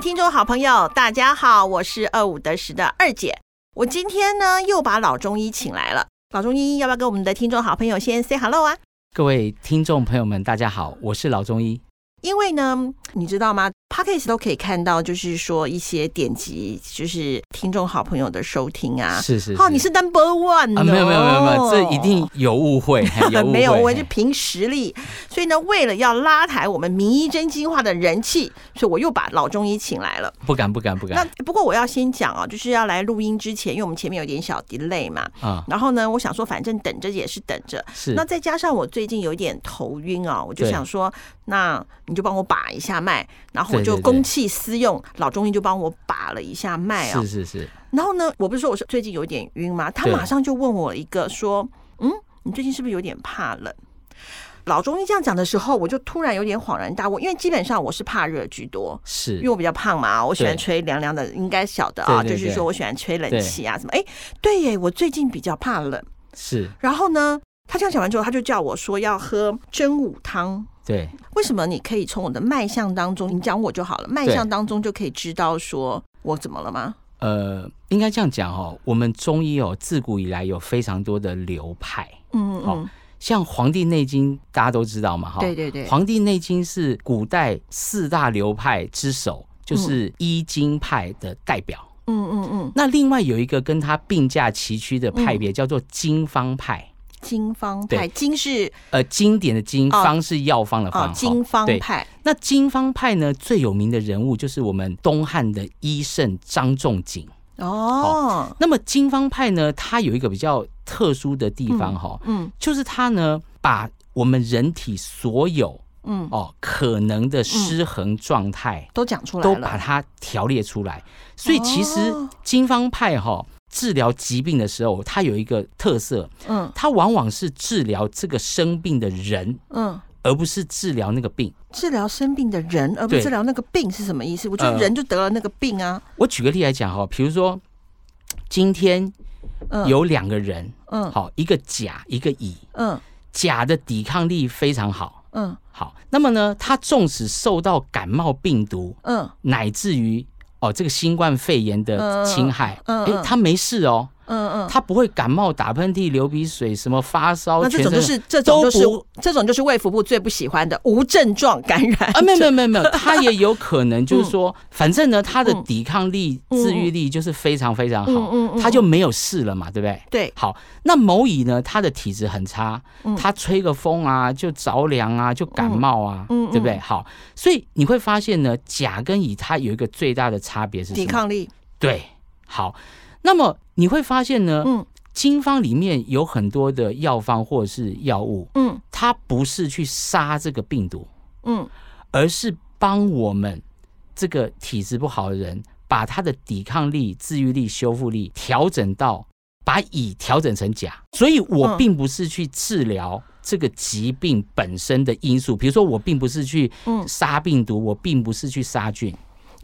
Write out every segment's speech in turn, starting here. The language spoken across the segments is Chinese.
听众好朋友，大家好，我是二五得十的二姐。我今天呢又把老中医请来了，老中医要不要跟我们的听众好朋友先 say hello 啊？各位听众朋友们，大家好，我是老中医。因为呢，你知道吗 p o d c a s t 都可以看到，就是说一些点击，就是听众好朋友的收听啊。是是哦，你是 number one 哦啊？没有没有没有没有，这一定有误 会，嘿有误欸会没有，我嘿是凭实力。所以呢，为了要拉抬我们名医真心话的人气，所以我又把老中医请来了。不敢不敢不那敢不过我要先讲哦，就是要来录音之前，因为我们前面有点小 delay 嘛。啊！然后呢，我想说，反正等着也是等着。是那再加上我最近有一点头晕哦，我就对想说，那你就帮我把一下脉，然后我对就对对公器私用，老中医就帮我把了一下脉哦是。是是，然后呢，我不是说我是最近有点晕吗？他对马上就问我一个说，嗯，你最近是不是有点怕冷？老中医这样讲的时候，我就突然有点恍然大悟，因为基本上我是怕热居多，是因为我比较胖嘛，我喜欢对吹凉凉的，应该晓得啊，对对就是对说我喜欢吹冷气啊什么。哎，对耶，我最近比较怕冷。是，然后呢，他这样讲完之后，他就叫我说要喝真武汤。对为什么你可以从我的脉象当中，你讲我就好了，脉象当中就可以知道说我怎么了吗？呃，应该这样讲哦。我们中医哦，自古以来有非常多的流派，嗯嗯嗯好，像《黄帝内经》，大家都知道嘛，哈。对对对《黄帝内经》是古代四大流派之首，就是医经派的代表。嗯嗯嗯，那另外有一个跟它并驾齐驱的派别，叫做经方派。经方派，对经是呃，经典的经哦方是药方的方，啊，哈经方对，派，那经方派呢，最有名的人物就是我们东汉的医圣张仲景。哦，那么经方派呢，它有一个比较特殊的地方哈、嗯就是它呢把我们人体所有嗯，哦可能的失衡状态、都讲嗯出来都把了，它条列出来。所以其实哦经方派哈、治疗疾病的时候，它有一个特色，嗯它往往是治疗这个生病的人，嗯。而不是治疗那个病。治疗生病的人，而不是对治疗那个病是什么意思？我觉得呃人就得了那个病啊，我举个例来讲哈，比如说今天嗯，有两个人，嗯好，一个甲，一个乙，嗯甲的抵抗力非常好，嗯好，那么呢，他纵使受到感冒病毒嗯乃至于哦这个新冠肺炎的侵害，嗯嗯嗯诶他没事哦，嗯嗯，他不会感冒、打喷嚏、流鼻水、什么发烧，那这种就全身是这种就都是这种就是卫福部最不喜欢的无症状感染 啊，没有没有没有 没有，他也有可能就是说，反正呢，他的抵抗力、嗯嗯治愈力就是非常非常好，嗯他就没有事了嘛，对不对？对，好，那某乙呢，他的体质很差嗯，他吹个风啊就着凉啊，就感冒啊，嗯嗯对不对？好，所以你会发现呢，甲跟乙它有一个最大的差别是什么抵抗力，对，好，那么你会发现呢，嗯经方里面有很多的药方或者是药物，嗯它不是去杀这个病毒，嗯而是帮我们这个体质不好的人，把他的抵抗力、治愈力、修复力调整到把乙调整成甲。所以我嗯并不是去治疗这个疾病本身的因素，比如说我并不是去嗯，杀病毒，我并不是去杀菌。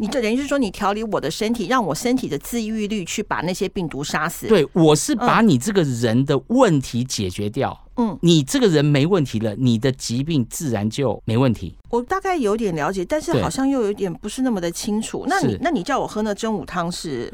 你这等于是说你调理我的身体，让我身体的自愈力去把那些病毒杀死。，对，我是把你这个人的问题解决掉。嗯，你这个人没问题了，你的疾病自然就没问题。我大概有点了解，但是对好像又有点不是那么的清楚。那你是那你叫我喝那真武汤是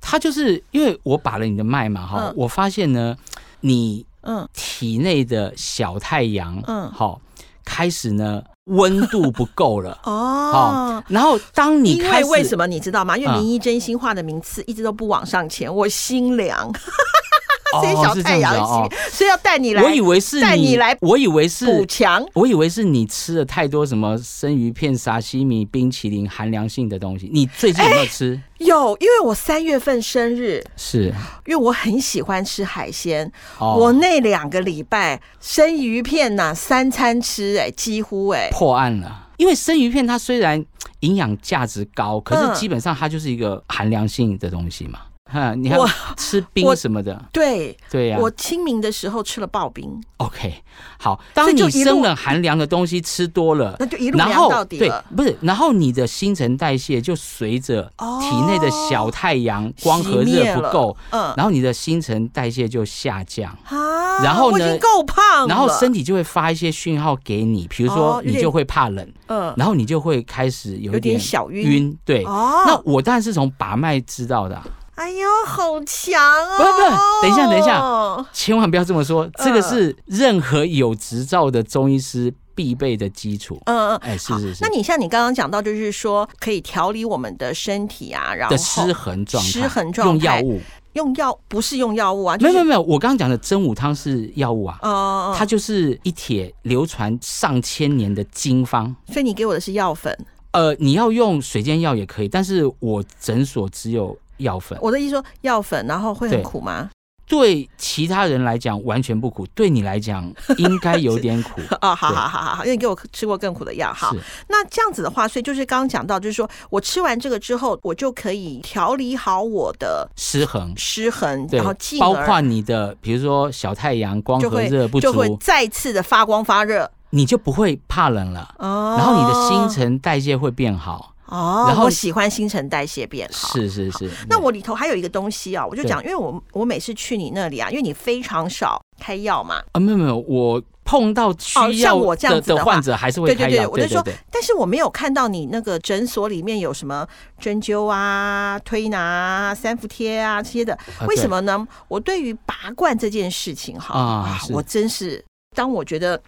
他就是因为我把了你的脉嘛，哈、嗯我发现呢，你嗯体内的小太阳，嗯，好、开始呢温度不够了 哦。然后当你因开为始为什么你知道吗？因为嗯名医真心话的名次一直都不往上前，我心凉，哦 所以小是太这阳样子心，哦，所以要带你来我以为是带你，你来我以为补是。强。我以为是你吃了太多什么生鱼片、沙西米、冰淇淋、寒凉性的东西。你最近有没有吃？哎有，因为我三月份生日，是因为我很喜欢吃海鲜，哦，我那两个礼拜生鱼片呐、三餐吃、哎，几乎哎、破案了。因为生鱼片它虽然营养价值高，可嗯是基本上它就是一个寒凉性的东西嘛。哈，你看我吃冰我什么的，对对呀、我清明的时候吃了刨冰， OK，好，所当以就你一路生冷寒凉的东西吃多了那。就一路然凉后到底对了。，不是，然后你的新陈代谢就随着体内的小太阳光和哦熄灭热不了够，嗯然后你的新陈代谢就下降，啊，然后我已呢经够胖了，然后身体就会发一些讯号给你，比如哦说有你点就会怕冷，嗯然后你就会开始有有一点点小晕晕，对。那哦，我当然是从把脉知道的啊、哎呦，好强哦！不不等一下等一下千万不要这么说，这个嗯是任何有执照的中医师必备的基础。嗯，嗯哎，是是是那，你像你刚刚讲到，就是说可以调理我们的身体啊，然后的失衡状态，失衡状用态药物，用药不是用药物啊，就没有是没有没有，我刚刚讲的真武汤是药物啊，哦，它就是一帖流传上千年的经方。所以你给我的是药粉。呃，你要用水煎药也可以，但是我诊所只有药粉。我的意思说，药粉然后会很对苦吗？ 对其他人来讲完全不苦，对你 来讲应该有点苦。哦，好对好好好好，因为你给我吃过更苦的药。 好是，，那这样子的话，所以就是刚刚讲到，就是说我吃完这个之后，我就可以调理好我的失衡。失衡，对然后进，包而括你的，比如说小太阳光就和会热不就会足，再次的发光发热你就不会怕冷了，哦。然后你的新陈代谢会变好。哦，然后我喜欢新陈代谢变好。是是是。那对我里头还有一个东西啊，我就讲，因为我我每次去你那里啊，因为你非常少开药嘛，啊，没有没有，我碰到需哦像要我这样的子的话患者还是会对对开对药。我就说对对但是我没有看到你那个诊所里面有什么针灸啊、推拿啊、三伏贴啊这些的，啊为对什么呢？我对于拔罐这件事情哈，啊啊是我真是当我觉得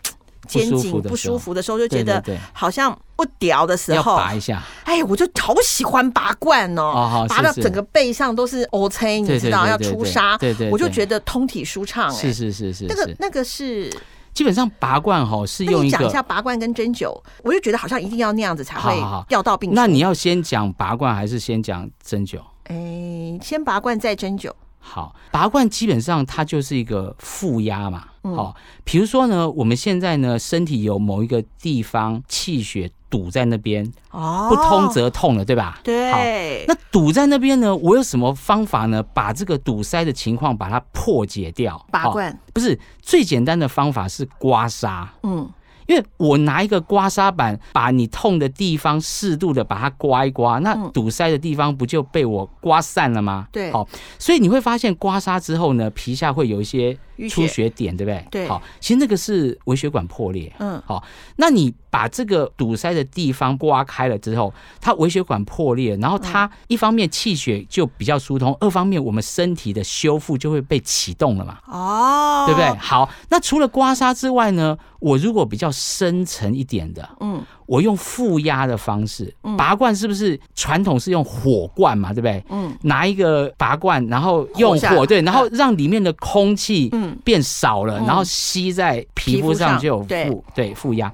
不肩舒服颈的不时舒候服的时候，就觉对对得对，好像不屌的时要候，拔一下哎，我就好喜欢拔罐哦，哦，好，拔是到是整个背上都是 O C，对你知对道对要对出对痧，对对，我就对觉得通体舒畅哎是。是是是那个是，那个是，基本上拔罐哈是那用你一讲一个下，拔罐跟针灸，我就觉得好像一定要那样子才会好好好药到病除。那你要先讲拔罐还是先讲针灸？哎，先拔罐再针灸，好，拔罐基本上它就是一个负压嘛。好、嗯比如说呢，我们现在呢身体有某一个地方气血堵在那边，哦，不通则痛了，对吧？好对，那堵在那边呢，我有什么方法呢？把这个堵塞的情况把它破解掉。拔好、罐，不是最简单的方法是刮痧，嗯，因为我拿一个刮痧板把你痛的地方适度的把它刮一刮，那嗯堵塞的地方不就被我刮散了吗？对好，所以你会发现刮痧之后呢，皮下会有一些淤出血，血点，对不对？对好，其实那个是微血管破裂。嗯，好，那你把这个堵塞的地方刮开了之后，它微血管破裂，然后它嗯一方面气血就比较疏通，二方面我们身体的修复就会被启动了嘛。哦，对不对？？好，那除了刮痧之外呢，我如果比较深层一点的，嗯，我用负压的方式，拔罐是不是传统是用火罐嘛？对不对？嗯，拿一个拔罐，然后用火下火，对，然后嗯让里面的空气嗯变少了，嗯然后吸在皮肤上就有负皮肤上对负压。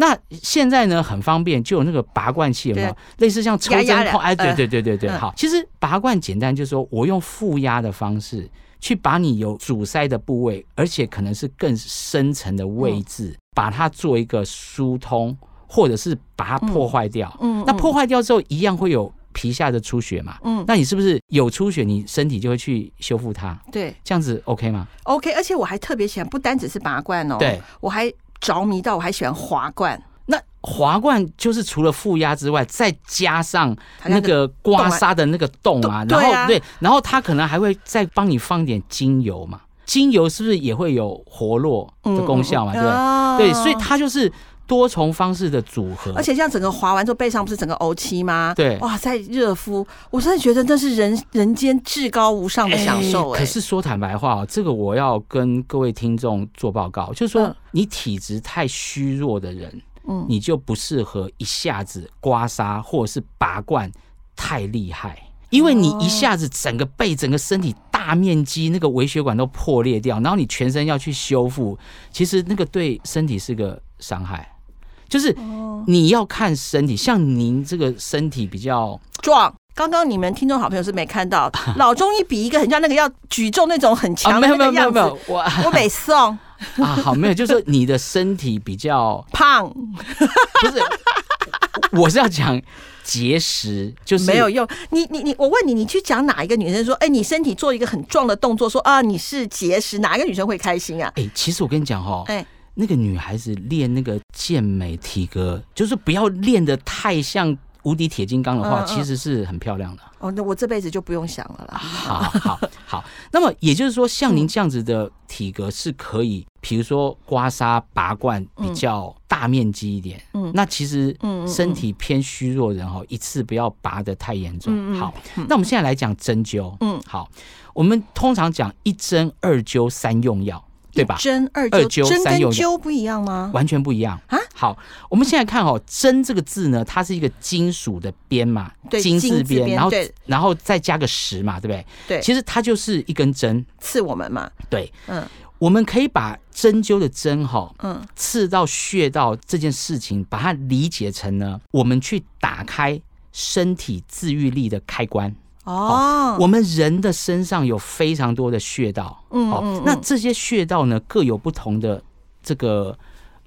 那现在呢，很方便，就有那个拔罐器，有没有对？类似像抽压真压的空，哎，对呃对对对对，嗯好。其实拔罐简单，就是说我用负压的方式去把你有阻塞的部位，而且可能是更深层的位嗯置，把它做一个疏通，或者是把它破坏掉。嗯，那嗯破，坏掉之后，一样会有皮下的出血嘛？嗯，那你是不是有出血，你身体就会去修复它？对这样子 OK 吗？ ，OK，而且我还特别喜欢，不单只是拔罐哦，对，我还着迷到我还喜欢滑罐，那滑罐就是除了负压之外，再加上那个刮痧的那个洞啊，洞然对后啊对，然后它可能还会再帮你放一点精油嘛，精油是不是也会有活络嗯的功效嘛？对不哦对？对，所以它就是多重方式的组合，而且这样整个滑完之后，背上不是整个欧七吗？嗯对哇，在热敷，我真的觉得那是人人间至高无上的享受哎、可是说坦白话哦，这个我要跟各位听众做报告，就是说嗯你体质太虚弱的人，嗯你就不适合一下子刮痧或者是拔罐太厉害。因为你一下子整个背、整个身体大面积那个微血管都破裂掉，然后你全身要去修复，其实那个对身体是个伤害。就是哦你要看身体，像您这个身体比较壮。刚刚你们听众好朋友是没看 到，老中医比一个很像那个要举重那种很啊，强没的那有没个有没有样没子。有，我我每次哦 啊，好，没有，就是说你的身体比较胖，不是。我是要讲节食，就是没有用。你你你，我问你，你去讲哪一个女生说，哎、你身体做一个很壮的动作，说啊你是节食，哪一个女生会开心啊？哎、其实我跟你讲哦，哎、那个女孩子练那个健美体格，就是不要练得太像无敌铁金刚的话，嗯嗯其实是很漂亮的。哦，那我这辈子就不用想了啦。好好好，那么也就是说，像嗯您这样子的体格是可以，比如说刮痧、拔罐比较大面积一点。嗯那其实嗯嗯嗯身体偏虚弱的人哈，一次不要拔得太严重。嗯嗯好，那我们现在来讲针灸。嗯，好，我们通常讲一针、二灸、三用药，对吧一？针二二灸，灸针跟三用药灸不一样吗？完全不一样啊！好，我们现在看哦，“针”这个字呢，它是一个金属的边嘛，对金字金字边然后对然后再加个十嘛，对不对？对其实它就是一根针。刺我们嘛，对，嗯我们可以把针灸的针哈、嗯刺到穴道这件事情，把它理解成呢，我们去打开身体自愈力的开关。哦，我们人的身上有非常多的穴道，嗯哦嗯那嗯这些穴道呢各有不同的这个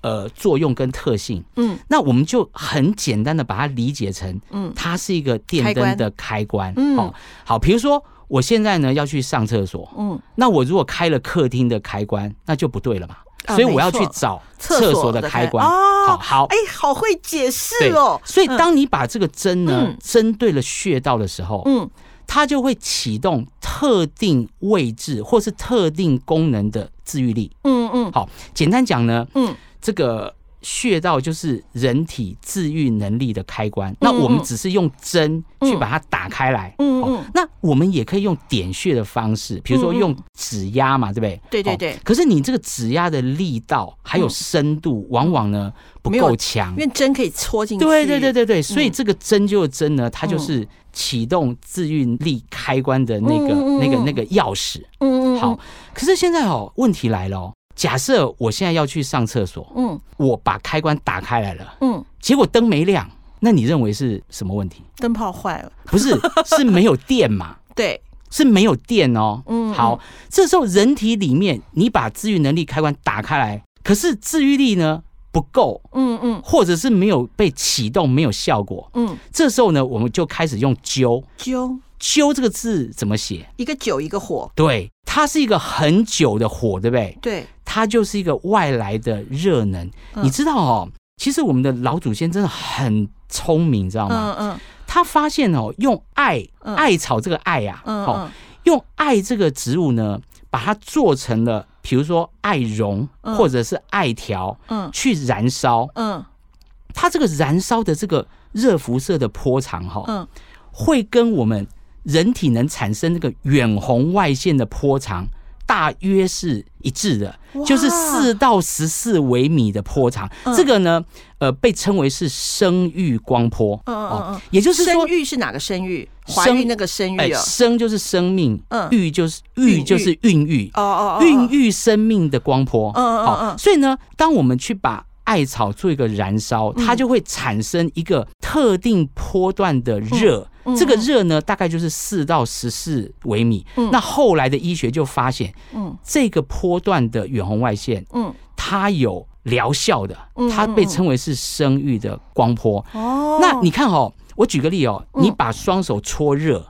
呃作用跟特性。嗯，那我们就很简单的把它理解成，嗯它是一个电灯的开关。嗯哦，好，比如说我现在呢要去上厕所，嗯那我如果开了客厅的开关，那就不对了嘛。啊所以我要没错去找厕厕所所的的开开关。哦好好哎，好会解释对哦。所以当你把这个针呢嗯针对了穴道的时候，嗯，它就会启动特定位置或是特定功能的自愈力。嗯嗯好，简单讲呢，嗯，这个穴道就是人体自愈能力的开关。嗯那我们只是用针去把它打开来。嗯嗯哦那我们也可以用点穴的方式，比如说嗯嗯用指压嘛，对不对？对对哦对可是你这个指压的力道还有嗯深度，往往呢不没有够强因。为嗯针可以戳进去。对对对对，对对，所以这个针灸的针呢，它嗯就是启动自愈力开关的那个、嗯嗯嗯那个嗯那个钥匙。嗯嗯，好，可是现在哦，问题来了哦。假设我现在要去上厕所，嗯我把开关打开来了，嗯，结果灯没亮，那你认为是什么问题？灯泡坏了，不是，是没有电嘛？对，是没有电哦。嗯好，这时候人体里面你把自愈能力开关打开来，可是自愈力呢不够，嗯嗯或者是没有被启动，没有效果。嗯，这时候呢，我们就开始用灸。灸灸这个字怎么写？一个酒一个火，对，它是一个很久的火，对不对？对，它就是一个外来的热能。嗯你知道哦，其实我们的老祖先真的很聪明，你知道吗？嗯嗯他发现哦，用艾嗯艾草这个艾啊，嗯哦，嗯用艾这个植物呢，把它做成了，比如说艾绒嗯或者是艾条，嗯去燃烧。嗯它这个燃烧的这个热辐射的波长哈、嗯，会跟我们人体能产生那个远红外线的波长大约是一致的，哇就是四到十四微米的波长。嗯这个呢，呃，被称为是生育光波。哦嗯嗯嗯嗯也就是生说，育是哪个生育？生怀孕那个生哎、育啊？生就是生命，嗯育就是孕育就是孕育，哦哦哦，哎孕育生命的光波。嗯嗯嗯嗯所以呢，当我们去把艾草做一个燃烧，嗯它就会产生一个特定波段的热。嗯嗯这个热呢，大概就是四到十四微米。嗯那后来的医学就发现，嗯这个波段的远红外线，嗯它有疗效的嗯，它被称为是生育的光波。哦，那你看哦，我举个例哦，嗯你把双手搓热，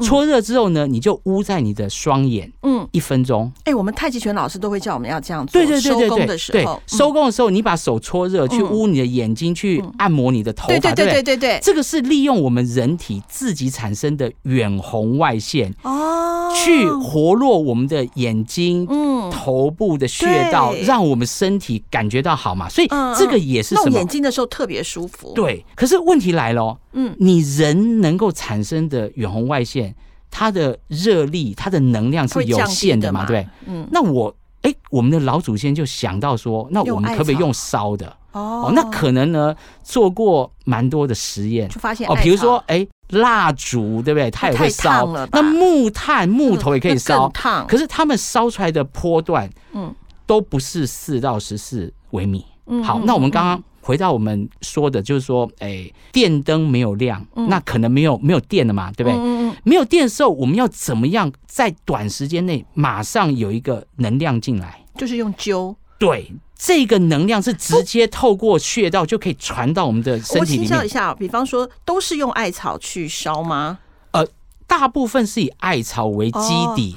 搓热之后呢，你就捂在你的双眼嗯，一分钟，哎，我们太极拳老师都会叫我们要这样做，对对对对收工对，的时候，收工的时候，嗯你把手搓热，去嗯捂你的眼睛，去按摩你的头对对发，嗯对对不对对？对对，这个是利用我们人体自己产生的远红外线，哦，去活络我们的眼睛、嗯，头部的穴道，对让我们身体感觉到好嘛。所以嗯嗯这个也是什弄么眼？睛的时候特别舒服，，对。可是问题来了哦，嗯你人能够产生的远红外线，它的热力、它的能量是会有降低限的的嘛，嘛对不对？嗯，那我哎、我们的老祖先就想到说，那用我们艾可不可以草用烧的？哦哦，那可能呢做过蛮多的实验就发现哦，艾比如草说哎蜡烛对不对？它也会太烧烫了吧，那木炭木嗯头也可以那烧更，烫，可是他们烧出来的波段嗯都不是四到十四微米。嗯好，嗯那我们刚刚回到我们说的，就是说哎电灯没有亮，嗯那可能没有没有电了嘛，对不对？嗯嗯没有电的时候，我们要怎么样在短时间内马上有一个能量进来？嗯，就是用灸，对，这个能量是直接透过穴道就可以传到我们的身我体请里教一面。下哦，比方说都是用艾草去烧吗？大部分是以艾草为基底，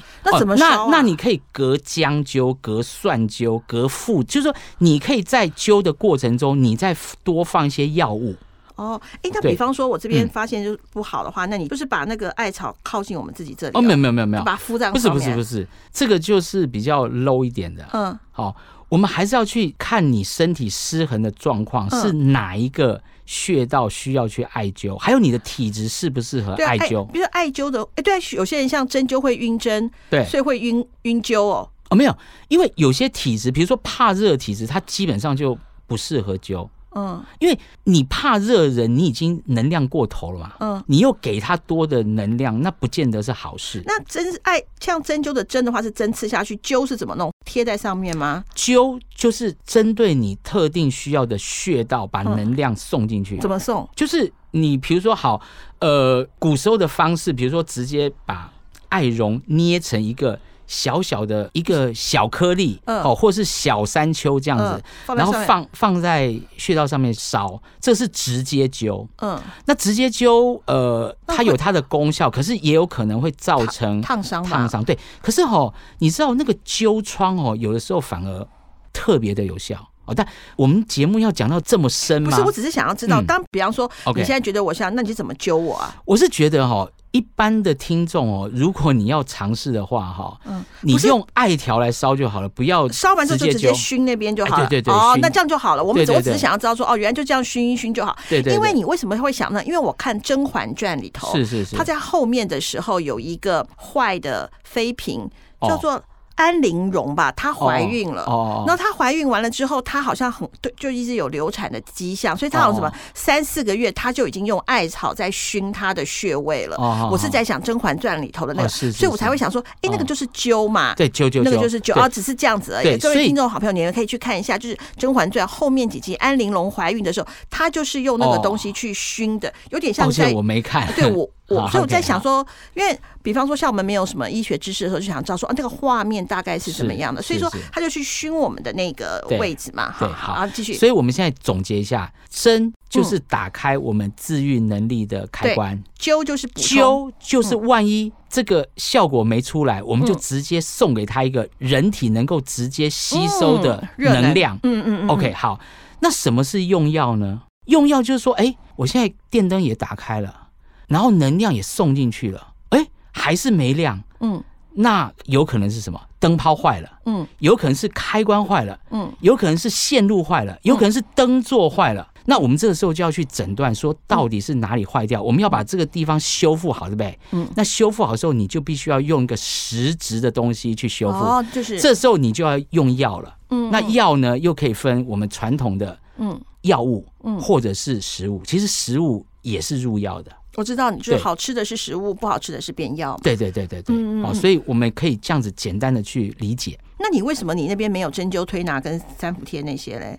哦那怎么哦烧啊那那你可以隔姜灸、隔蒜灸、隔附，就是说你可以在灸的过程中，你再多放一些药物。哦，哎，那对比方说我这边嗯发现就是不好的话，那你就是把那个艾草靠近我们自己这里哦，没有，有没有没有没就有，把它敷在不是不是不是，是，这个就是比较 low 一点的。嗯，好，我们还是要去看你身体失衡的状况嗯是哪一个穴道需要去艾灸，还有你的体质适不适合对啊，艾灸。比如说艾灸的，哎，对啊，有些人像针灸会晕针，对所以会晕晕灸哦。哦，没有，因为有些体质，比如说怕热的体质，它基本上就不适合灸，嗯因为你怕热的人，你已经能量过头了嘛，嗯，你又给他多的能量，那不见得是好事。那针艾像针灸的针的话是针刺下去，灸是怎么弄？贴在上面吗？灸就是针对你特定需要的穴道，把嗯能量送进去。怎么送？就是你比如说好，呃，古时候的方式，比如说直接把艾绒捏成一个小小的一个小颗粒，嗯哦，或是小山丘这样子嗯，，放在然后上面，放放在穴道上面烧，这是直接灸。嗯，那直接灸，呃，那它会有它的功效，可是也有可能会造成烫伤吧嗯烫，伤。对，可是哦，你知道那个灸疮哦，有的时候反而特别的有效哦。但我们节目要讲到这么深不吗？是，我只是想要知道，嗯当比方说 OK 你现在觉得我像，那你是怎么揪我啊？我是觉得哈、一般的听众哦，如果你要尝试的话哈、嗯你不是用艾条来烧就好了，不要烧完之后就直接灸。熏那边就好了，哎对对对哦熏，那这样就好了。我们对对对我只是想要知道说，哦，原来就这样熏一熏就好。对对对，因为你为什么会想呢？因为我看《甄嬛传》里头，是是是，他在后面的时候有一个坏的妃嫔，哦叫做安陵容吧，她怀孕了。哦哦，然后她怀孕完了之后，她好像很对，就一直有流产的迹象，所以她好像什么哦三四个月，她就已经用艾草在熏她的穴位了。哦我是在想《甄嬛传》里头的那个，哦是是所以我才会想说，哎，那个哦就是灸嘛，对灸灸，那个就是灸对啊，只是这样子而已。对各位所以听众好朋友，你们可以去看一下，就是《甄嬛传》后面几集，安陵容怀孕的时候，她就是用那个哦东西去熏的，有点像抱在歉，我没看。啊对 我我，好所以我在 OK，想说，因为比方说像我们没有什么医学知识的时候，就想知道说啊，那个画面大概是怎么样的，是所以说是是他就去熏我们的那个对位置嘛，对好啊，继续，所以我们现在总结一下，针就是嗯打开我们自愈能力的开关，灸就是补充，灸就是万一这个效果没出来，我们就嗯直接送给他一个人体能够直接吸收的嗯热能能量。嗯嗯嗯 OK，好，那什么是用药呢？用药就是说，哎、我现在电灯也打开了，然后能量也送进去了，哎、还是没亮，嗯那有可能是什么？灯泡坏了，嗯有可能是开关坏了，嗯，有可能是线路坏了，有可能是灯座坏了。那我们这个时候就要去诊断，说到底是哪里坏掉，我们要把这个地方修复好，对不对？嗯。那修复好之后，你就必须要用一个实质的东西去修复。哦，就是这时候你就要用药了。嗯那药呢，又可以分我们传统的嗯，药物，嗯或者是食物。其实食物也是入药的。我知道你就是对好吃的是食物，不好吃的是变药嘛。对对对对对。嗯嗯哦，嗯所以我们可以这样子简单的去理解。那你为什么你那边没有针灸推拿跟三伏贴那些嘞？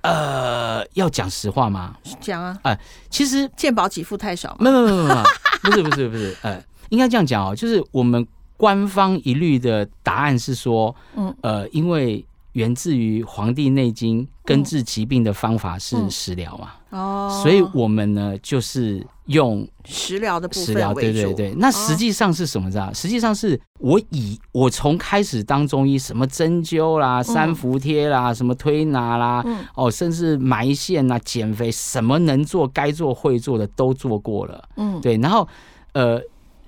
呃，要讲实话吗？讲啊，其实健保给付太少嘛。没有没有没有没有， 不是不是不是，呃，应该这样讲哦，就是我们官方一律的答案是说，嗯嗯，呃，因为源自于《黄帝内经》根嗯治疾病的方法是食疗嘛，哦，嗯所以我们呢就是用食疗的部食分疗，为对主。哦对对。那实际上是什么？知道？实际上是我以我从开始当中医，什么针灸啦、三伏贴啦、什么推拿啦，嗯哦，甚至埋线啦、减肥，什么能做、该做、会做的都做过了。嗯，对，然后呃，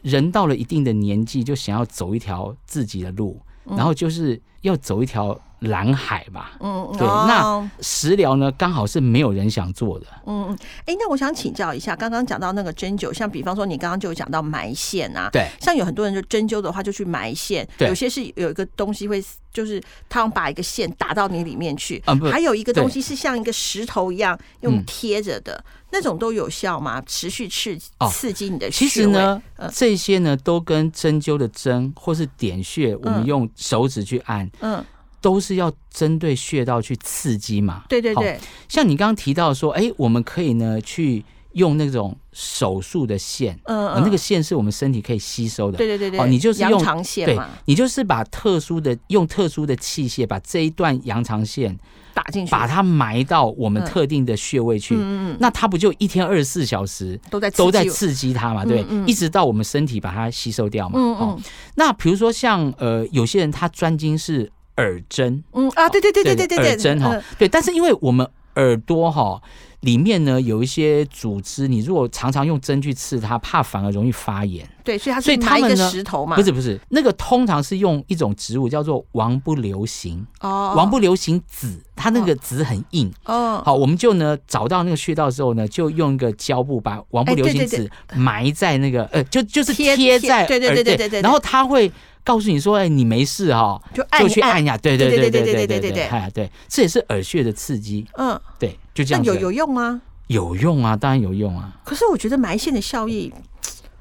人到了一定的年纪，就想要走一条自己的路，然后就是要走一条蓝海吧。嗯，对哦那食疗呢，刚好是没有人想做的。嗯，嗯，哎，那我想请教一下，刚刚讲到那个针灸，像比方说你刚刚就有讲到埋线啊，对，像有很多人就针灸的话就去埋线，对有些是有一个东西会，就是他要把一个线打到你里面去，嗯不还有一个东对西是像一个石头一样用嗯贴着的、那种都有效吗？持续刺哦刺激你的呃穴其位？实呢嗯，这些呢都跟针灸的针或是点穴，我们嗯用手指去按，嗯，都是要针对穴道去刺激嘛。对对好对，像你刚刚提到说，哎，我们可以呢去用那种手术的线，嗯呃那个线是我们身体可以吸收的，对对对对，哦你就是用羊肠线对嘛，你就是把特殊的用特殊的器械把这一段羊肠线打进去，把它埋到我们嗯特定的穴位去，嗯嗯嗯，那它不就一天二十四小时都在都在刺激刺激它嘛？对，嗯嗯一直到我们身体把它吸收掉嘛。嗯哦嗯，那比如说像呃有些人他专精是耳针，嗯啊，对对对对对对对，耳针哈、嗯对，但是因为我们耳朵哈、里面呢有一些组织，你如果常常用针去刺它，怕反而容易发炎。对，所以它是所以他拿一们个呢石头嘛，不是不是，那个通常是用一种植物叫做王不留行，哦，王不留行籽，它那个籽很硬。哦，好，我们就呢找到那个穴道之后呢，就用一个胶布把王不留行哎对籽埋在那个呃，就就是贴贴在贴对对耳对对对对对然后它会告诉你说，哎，你没事哈、就按就一去按呀，对对对对对对对对对对对哎对，这也是耳穴的刺激，嗯，对，就这那样子有有用吗？有用啊，当然有用啊，可是我觉得埋线的效益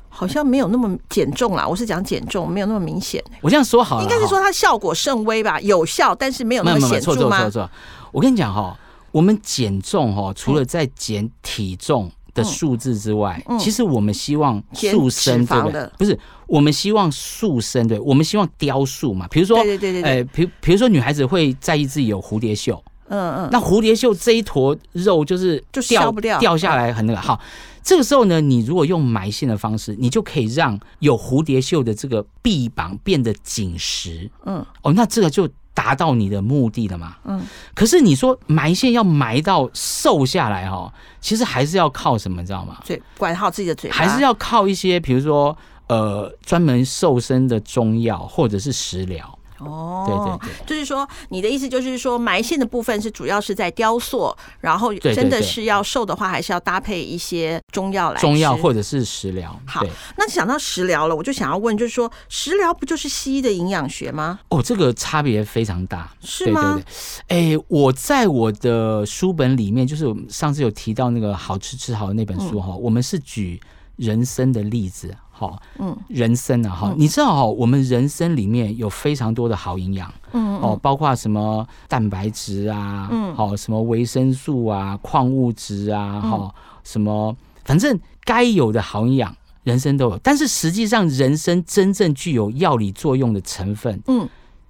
好像没有那么减重啦，我是讲减重没有那么明显，我这样说好了哈，应该是说它效果甚微吧，有效，但是没有没那有么啊没有没显有错著错吗错？错，我跟你讲哈、我们减重哈、除了在减体重的数字之外，嗯嗯嗯其实我们希望塑减脂身对不肪对的？不是，我们希望塑身对，我们希望雕塑嘛，比如说对。对对对对，呃，比比如说女孩子会在意自己有蝴蝶袖，嗯嗯，那蝴蝶袖这一坨肉就是就掉消不掉嗯掉下来很那个。好，这个时候呢，你如果用埋线的方式，你就可以让有蝴蝶袖的这个臂膀变得紧实。嗯，哦，那这个就达到你的目的了嘛。嗯，可是你说埋线要埋到瘦下来哦，其实还是要靠什么，你知道吗？嘴管好自己的嘴巴，还是要靠一些，比如说呃，专门瘦身的中药或者是食疗。哦，对对对。就是说，你的意思就是说，埋线的部分是主要是在雕塑，然后对对真的对是要瘦的话，还是要搭配一些中药来吃。中药或者是食疗，好对那想到食疗了，我就想要问，就是说，食疗不就是西医的营养学吗？哦，这个差别非常大。是吗？对对对，哎，我在我的书本里面，就是我们上次有提到那个《好吃吃好》的那本嗯书哈、我们是举人生的例子，好，嗯，人生啊哈、你知道哈、我们人生里面有非常多的好营养，嗯哦，包括什么蛋白质啊，嗯好、什么维生素啊、矿物质啊，哈、什么反正该有的好营养，人生都有。但是实际上，人生真正具有药理作用的成分嗯，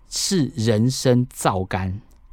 是人参皂苷，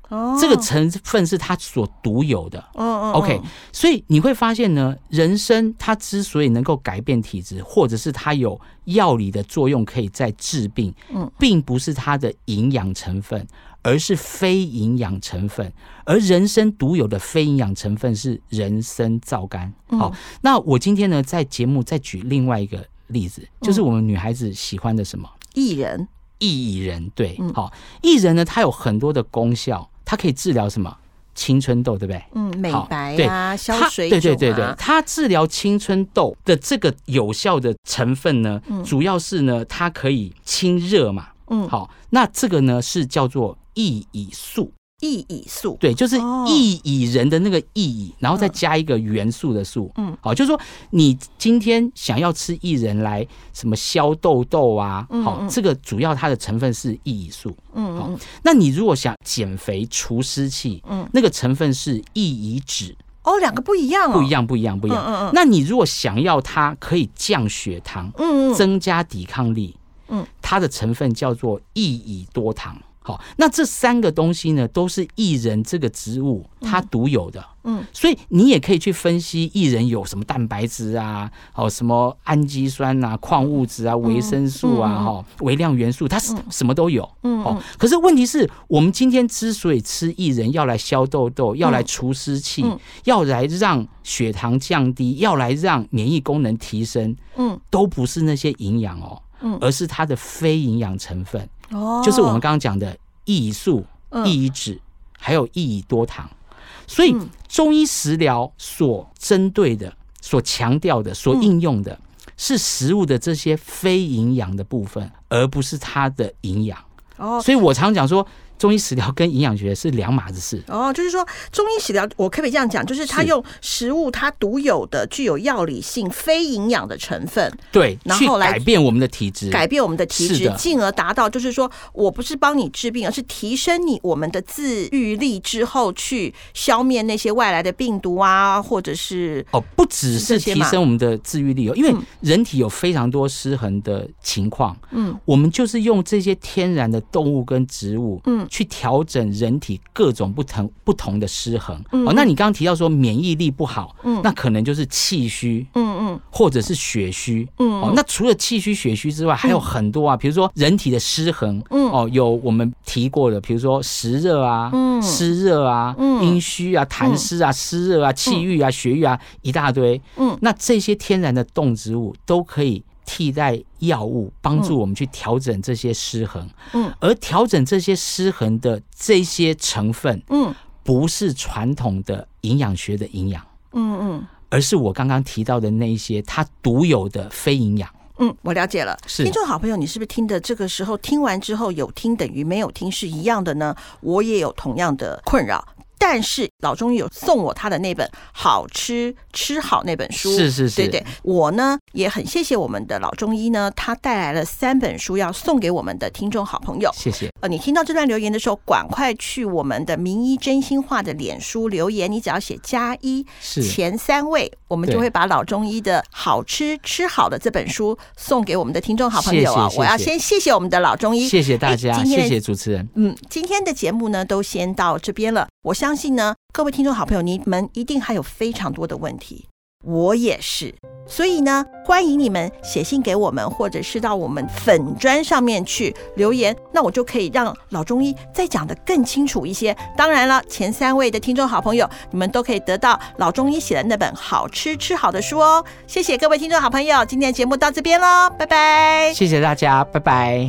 哦，这个成分是它所独有的。嗯，嗯 OK，嗯所以你会发现呢，人参它之所以能够改变体质，或者是它有药理的作用，可以在治病，嗯，并不是它的营养成分，而是非营养成分。而人参独有的非营养成分是人参皂苷。嗯好、那我今天呢，在节目再举另外一个例子，嗯就是我们女孩子喜欢的什么？薏仁，薏仁对嗯，好、薏仁呢，它有很多的功效，它可以治疗什么青春痘，对不对？嗯，美好白对啊，消它水对对肿对对啊，，它治疗青春痘的这个有效的成分呢，主要是呢，它可以清热嘛。嗯好，那这个呢是叫做薏苡素，薏苡素，对，就是哦薏苡人的那个薏苡，然后再加一个元素的素。嗯，好，就是说你今天想要吃薏仁来什么消痘痘啊，嗯好，嗯这个主要它的成分是薏苡素。嗯好嗯那你如果想减肥除湿气，嗯，那个成分是薏苡酯，哦，两个不一样哦，不一，样，不一样，不一嗯样。嗯嗯，那你如果想要它可以降血糖、嗯嗯增加抵抗力，嗯，它的成分叫做薏苡多糖。好，那这三个东西呢，都是薏仁这个植物它独有的。嗯，所以你也可以去分析薏仁有什么蛋白质啊，哦，什么氨基酸啊、矿物质嗯啊、维生素啊、哈、微量元素，它是什么都有。嗯哦，可是问题是我们今天之所以吃薏仁，要来消痘痘，要来除湿气，嗯要来让血糖降低，要来让免疫功能提升，嗯都不是那些营养哦，嗯而是它的非营养成分，嗯，哦，就是我们刚刚讲的益素、嗯益脂，还有益多糖。所以嗯中医食疗所针对的、所强嗯调的、所应用的，是食物的这些非营养的部分，而不是它的营养。哦，所以我常讲说，中医食疗跟营养学是两码子事。哦，就是说中医食疗，我可不可以这样讲？就是它是用食物它独有的具有药理性、非营养的成分，对，然去后来改变我们的体质，改变我们的体是质的，进而达到就是说我不是帮你治病，而是提升你我们的自愈力之后，去消灭那些外来的病毒啊，或者是哦，不只是这是些提嘛升我们的自愈力哦，因为嗯人体有非常多失衡的情况，嗯，我们就是用这些天然的动物跟植物，嗯去调整人体各种不同不同的失衡。嗯哦，那你刚刚提到说免疫力不好，嗯那可能就是气虚嗯嗯或者是血虚。嗯，哦，那除了气虚、血虚之外，还有很多啊，比如说人体的失衡，嗯哦，有我们提过的，比如说湿热啊、嗯湿热啊、嗯阴虚啊、痰湿啊、湿热啊、气郁啊、血郁啊，一大堆。嗯，那这些天然的动植物都可以替代药物，帮助我们去调整这些失衡。嗯，而调整这些失衡的这些成分，嗯不是传统的营养学的营养。嗯嗯而是我刚刚提到的那一些它独有的非营养。嗯，我了解了。是听众好朋友，你是不是听的这个时候听完之后有听等于没有听是一样的呢？我也有同样的困扰，但是老中医有送我他的那本《好吃吃好》那本书，是是是，对对，我呢也很谢谢我们的老中医呢，他带来了三本书要送给我们的听众好朋友。谢谢。呃，你听到这段留言的时候，赶快去我们的名医真心话的脸书留言，你只要写加一是前三位，我们就对会把老中医的好吃吃好的这本书送给我们的听众好朋友啊！谢谢谢谢我要先谢谢我们的老中医，谢谢大家，哎今天谢谢主持人，嗯，今天的节目呢，都先到这边了。我相信呢，各位听众好朋友，你们一定还有非常多的问题，我也是。所以呢，欢迎你们写信给我们，或者是到我们粉砖上面去留言，那我就可以让老中医再讲得更清楚一些。当然了，前三位的听众好朋友，你们都可以得到老中医写的那本《好吃吃好》的书哦。谢谢各位听众好朋友，今天的节目到这边喽，拜拜。谢谢大家，拜拜。